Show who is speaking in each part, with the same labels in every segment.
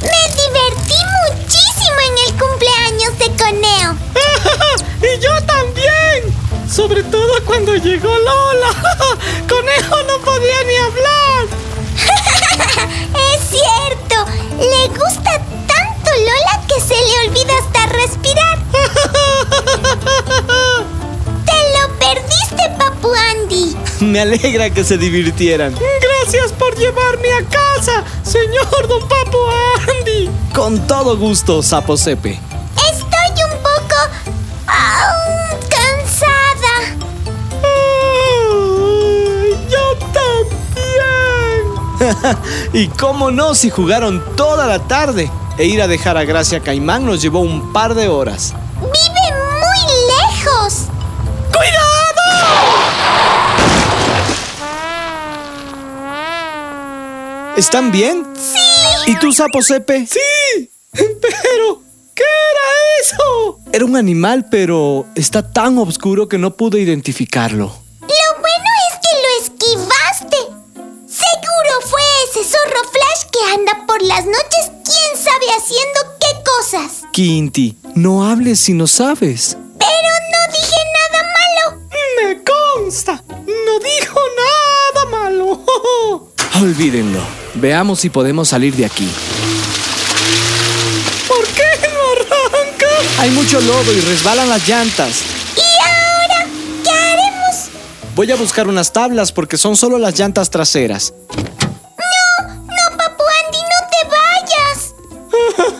Speaker 1: Me divertí muchísimo en el cumpleaños de Coneo.
Speaker 2: ¡Y yo también! Sobre todo cuando llegó Lola. Conejo no podía ni hablar.
Speaker 1: es cierto, le gusta tanto Lola que se le olvida hasta respirar. Te lo perdiste, Papu Andy.
Speaker 3: Me alegra que se divirtieran.
Speaker 2: Gracias por llevarme a casa, señor Don Papo Andy.
Speaker 3: Con todo gusto, Sapo Sepe.
Speaker 1: Estoy un poco... ah, cansada.
Speaker 2: Ay, yo también.
Speaker 3: y cómo no si jugaron toda la tarde. E ir a dejar a Gracia Caimán nos llevó un par de horas.
Speaker 1: Vive muy lejos.
Speaker 3: ¿Están bien? Sí. ¿Y tú, Sapo Sepe?
Speaker 2: Sí, pero ¿qué era eso?
Speaker 3: Era un animal, pero está tan oscuro que no pude identificarlo.
Speaker 1: Lo bueno es que lo esquivaste. Seguro fue ese zorro Flash que anda por las noches quién sabe haciendo qué cosas.
Speaker 3: Quinti, no hables si no sabes.
Speaker 1: Pero no dije nada malo.
Speaker 2: Me consta, no dijo nada malo.
Speaker 3: Olvídenlo. Veamos si podemos salir de aquí.
Speaker 2: ¿Por qué no arranca?
Speaker 3: Hay mucho lodo y resbalan las llantas.
Speaker 1: ¿Y ahora qué haremos?
Speaker 3: Voy a buscar unas tablas porque son solo las llantas traseras.
Speaker 1: No, no, Papu Andy, no te vayas.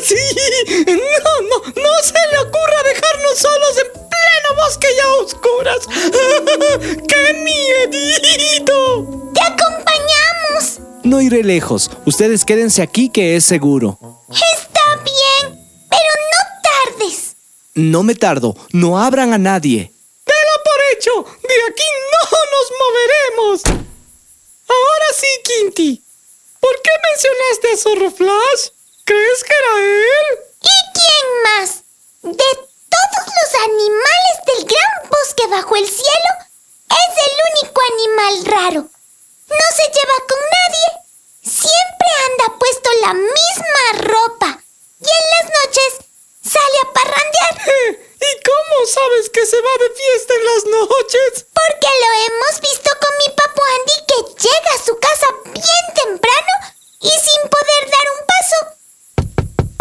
Speaker 2: sí, no, no, no se le ocurra dejarnos solos en pleno bosque ya a oscuras. ¡Qué miedito!
Speaker 1: Te acompañamos.
Speaker 3: No iré lejos. Ustedes quédense aquí que es seguro.
Speaker 1: Está bien, pero no tardes.
Speaker 3: No me tardo. No abran a nadie.
Speaker 2: ¡Delo por hecho! ¡De aquí no nos moveremos! Ahora sí, Quinti. ¿Por qué mencionaste a Zorro Flash? ¿Crees que era él?
Speaker 1: ¿Y quién más? De todos los animales del gran bosque bajo el cielo, es el único animal raro. No se lleva con nadie. Siempre anda puesto la misma ropa. Y en las noches sale a parrandear
Speaker 2: Eh, ¿Y cómo sabes que se va de fiesta en las noches?
Speaker 1: porque lo hemos visto con mi papu Andy que llega a su casa bien temprano y sin poder dar un paso.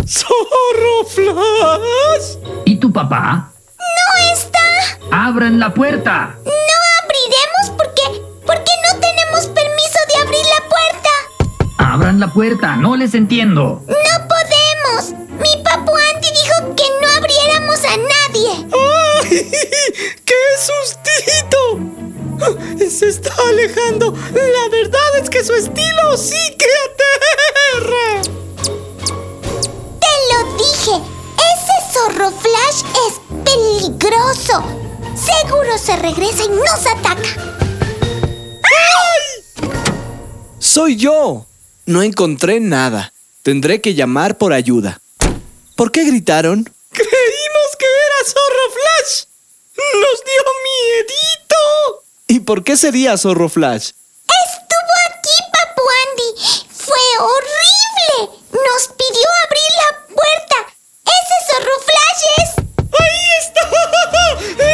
Speaker 2: ¡Zorro Flash!
Speaker 4: ¿Y tu papá?
Speaker 1: ¡No está!
Speaker 4: ¡Abran la puerta!
Speaker 1: No abriremos porque porque no tenemos permiso de abrir la puerta.
Speaker 4: ¡Abran la puerta! ¡No les entiendo!
Speaker 1: No podemos. Mi papu Andy dijo que no abriéramos a nadie.
Speaker 2: ¡Ay! ¡Qué sustito! Se está alejando. La verdad es que su estilo sí que aterra.
Speaker 1: Te lo dije. Ese zorro Flash es peligroso. Seguro se regresa y nos ataca.
Speaker 3: Soy yo. No encontré nada. Tendré que llamar por ayuda. ¿Por qué gritaron?
Speaker 2: Creímos que era Zorro Flash. Nos dio miedito.
Speaker 3: ¿Y por qué sería Zorro Flash?
Speaker 1: Estuvo aquí, papu Andy. Fue horrible. Nos pidió abrir la puerta. Ese zorro Flash es...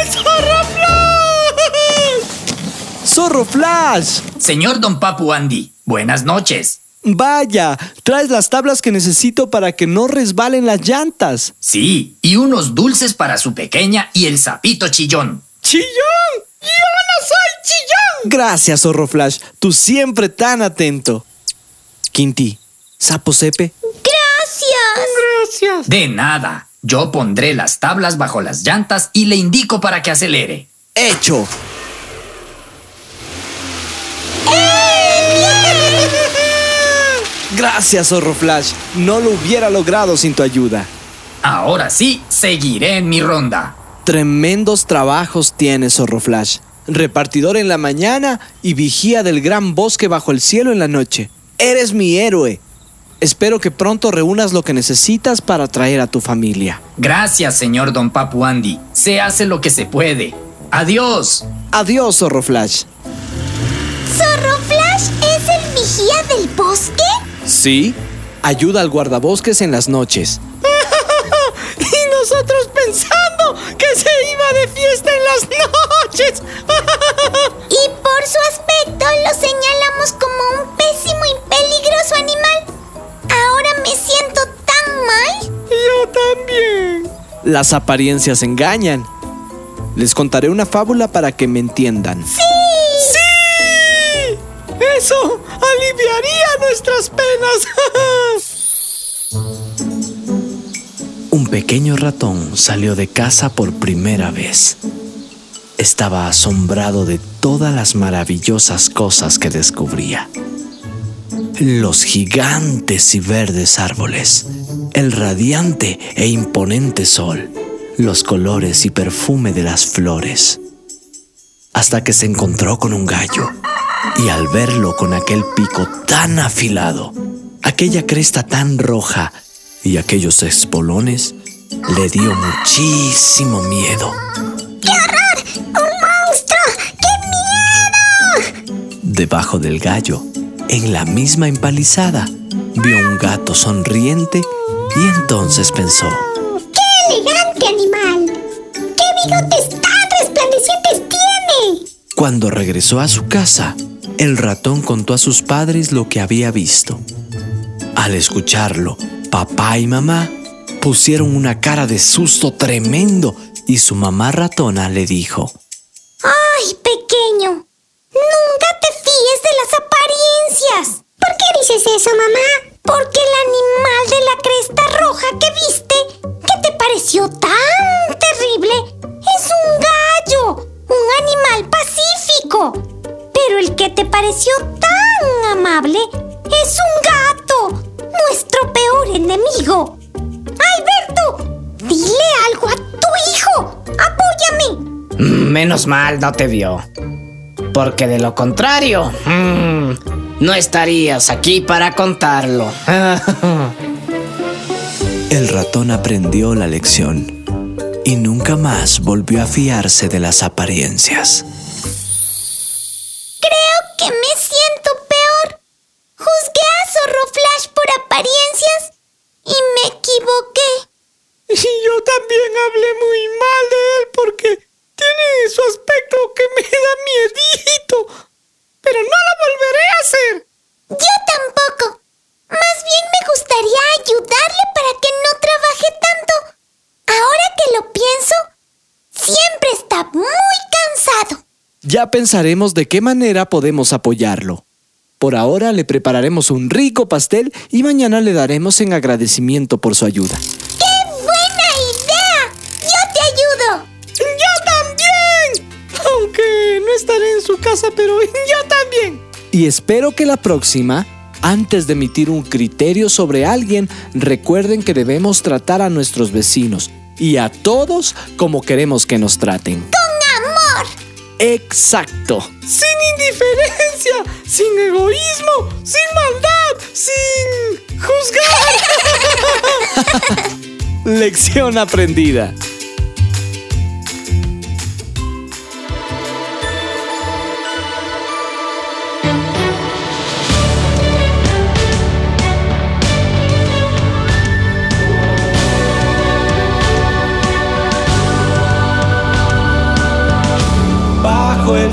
Speaker 2: ¡Ahí está! ¡Es Zorro Flash!
Speaker 3: ¡Zorro Flash!
Speaker 4: Señor Don Papu Andy, buenas noches.
Speaker 3: Vaya, traes las tablas que necesito para que no resbalen las llantas.
Speaker 4: Sí, y unos dulces para su pequeña y el sapito chillón.
Speaker 2: ¡Chillón! ¡Yo no soy chillón!
Speaker 3: Gracias, Zorro Flash. Tú siempre tan atento. Quinti, Sapo Sepe,
Speaker 1: Gracias.
Speaker 2: Gracias.
Speaker 4: De nada. Yo pondré las tablas bajo las llantas y le indico para que acelere.
Speaker 3: hecho. Gracias, Zorro Flash. No lo hubiera logrado sin tu ayuda.
Speaker 4: Ahora sí, seguiré en mi ronda.
Speaker 3: Tremendos trabajos tiene Zorro Flash. Repartidor en la mañana y vigía del gran bosque bajo el cielo en la noche. Eres mi héroe. Espero que pronto reúnas lo que necesitas para traer a tu familia.
Speaker 4: Gracias, señor Don Papu Andy. Se hace lo que se puede. Adiós.
Speaker 3: Adiós, Zorro Flash.
Speaker 1: ¿Zorro Flash es el vigía del bosque?
Speaker 3: ¿Sí? Ayuda al guardabosques en las noches.
Speaker 2: y nosotros pensando que se iba de fiesta en las noches.
Speaker 1: Y por su aspecto lo señalamos como un pésimo y peligroso animal. Ahora me siento tan mal.
Speaker 2: Yo también.
Speaker 3: Las apariencias engañan. Les contaré una fábula para que me entiendan.
Speaker 2: ¡Sí! Eso aliviaría nuestras penas.
Speaker 3: Un pequeño ratón salió de casa por primera vez. Estaba asombrado de todas las maravillosas cosas que descubría. Los gigantes y verdes árboles, el radiante e imponente sol, los colores y perfume de las flores. Hasta que se encontró con un gallo y al verlo con aquel pico tan afilado, aquella cresta tan roja y aquellos espolones, le dio muchísimo miedo.
Speaker 1: ¡Qué horror! ¡Un monstruo! ¡Qué miedo!
Speaker 3: Debajo del gallo, en la misma empalizada, vio un gato sonriente y entonces pensó,
Speaker 1: ¡Qué elegante animal! ¡Qué bigotes tan resplandecientes tiene!
Speaker 3: cuando regresó a su casa, el ratón contó a sus padres lo que había visto. Al escucharlo, papá y mamá pusieron una cara de susto tremendo y su mamá ratona le dijo,
Speaker 1: ¡Ay, pequeño! Nunca te fíes de las apariencias. ¿Por qué dices eso, mamá? Porque el animal de la cresta roja que viste, que te pareció tan terrible, es un gallo, un animal pacífico. Pero el que te pareció tan amable es un gato, nuestro peor enemigo. Alberto, dile algo a tu hijo. Apóyame.
Speaker 5: Mm, Menos mal no te vio. Porque de lo contrario, mm, no estarías aquí para contarlo.
Speaker 3: el ratón aprendió la lección y nunca más volvió a fiarse de las apariencias.
Speaker 1: Creo que me siento peor. Juzgué a Zorro Flash por apariencias y me equivoqué.
Speaker 2: Y yo también hablé muy mal de él porque tiene su aspecto que me da miedito. Pero no lo volveré a hacer.
Speaker 1: Yo tampoco. Más bien me gustaría ayudarle para que no trabaje tanto. Ahora que lo pienso, siempre está muy cansado.
Speaker 3: Ya pensaremos de qué manera podemos apoyarlo. Por ahora le prepararemos un rico pastel y mañana le daremos en agradecimiento por su ayuda.
Speaker 1: ¡Qué buena idea! Yo te ayudo.
Speaker 2: ¡Yo también! Aunque no estaré en su casa, pero yo también.
Speaker 3: Y espero que la próxima, antes de emitir un criterio sobre alguien, recuerden que debemos tratar a nuestros vecinos y a todos como queremos que nos traten.
Speaker 1: ¡Con amor!
Speaker 3: Exacto.
Speaker 2: Sin indiferencia, sin egoísmo, sin maldad, sin juzgar.
Speaker 3: Lección aprendida. Bajo el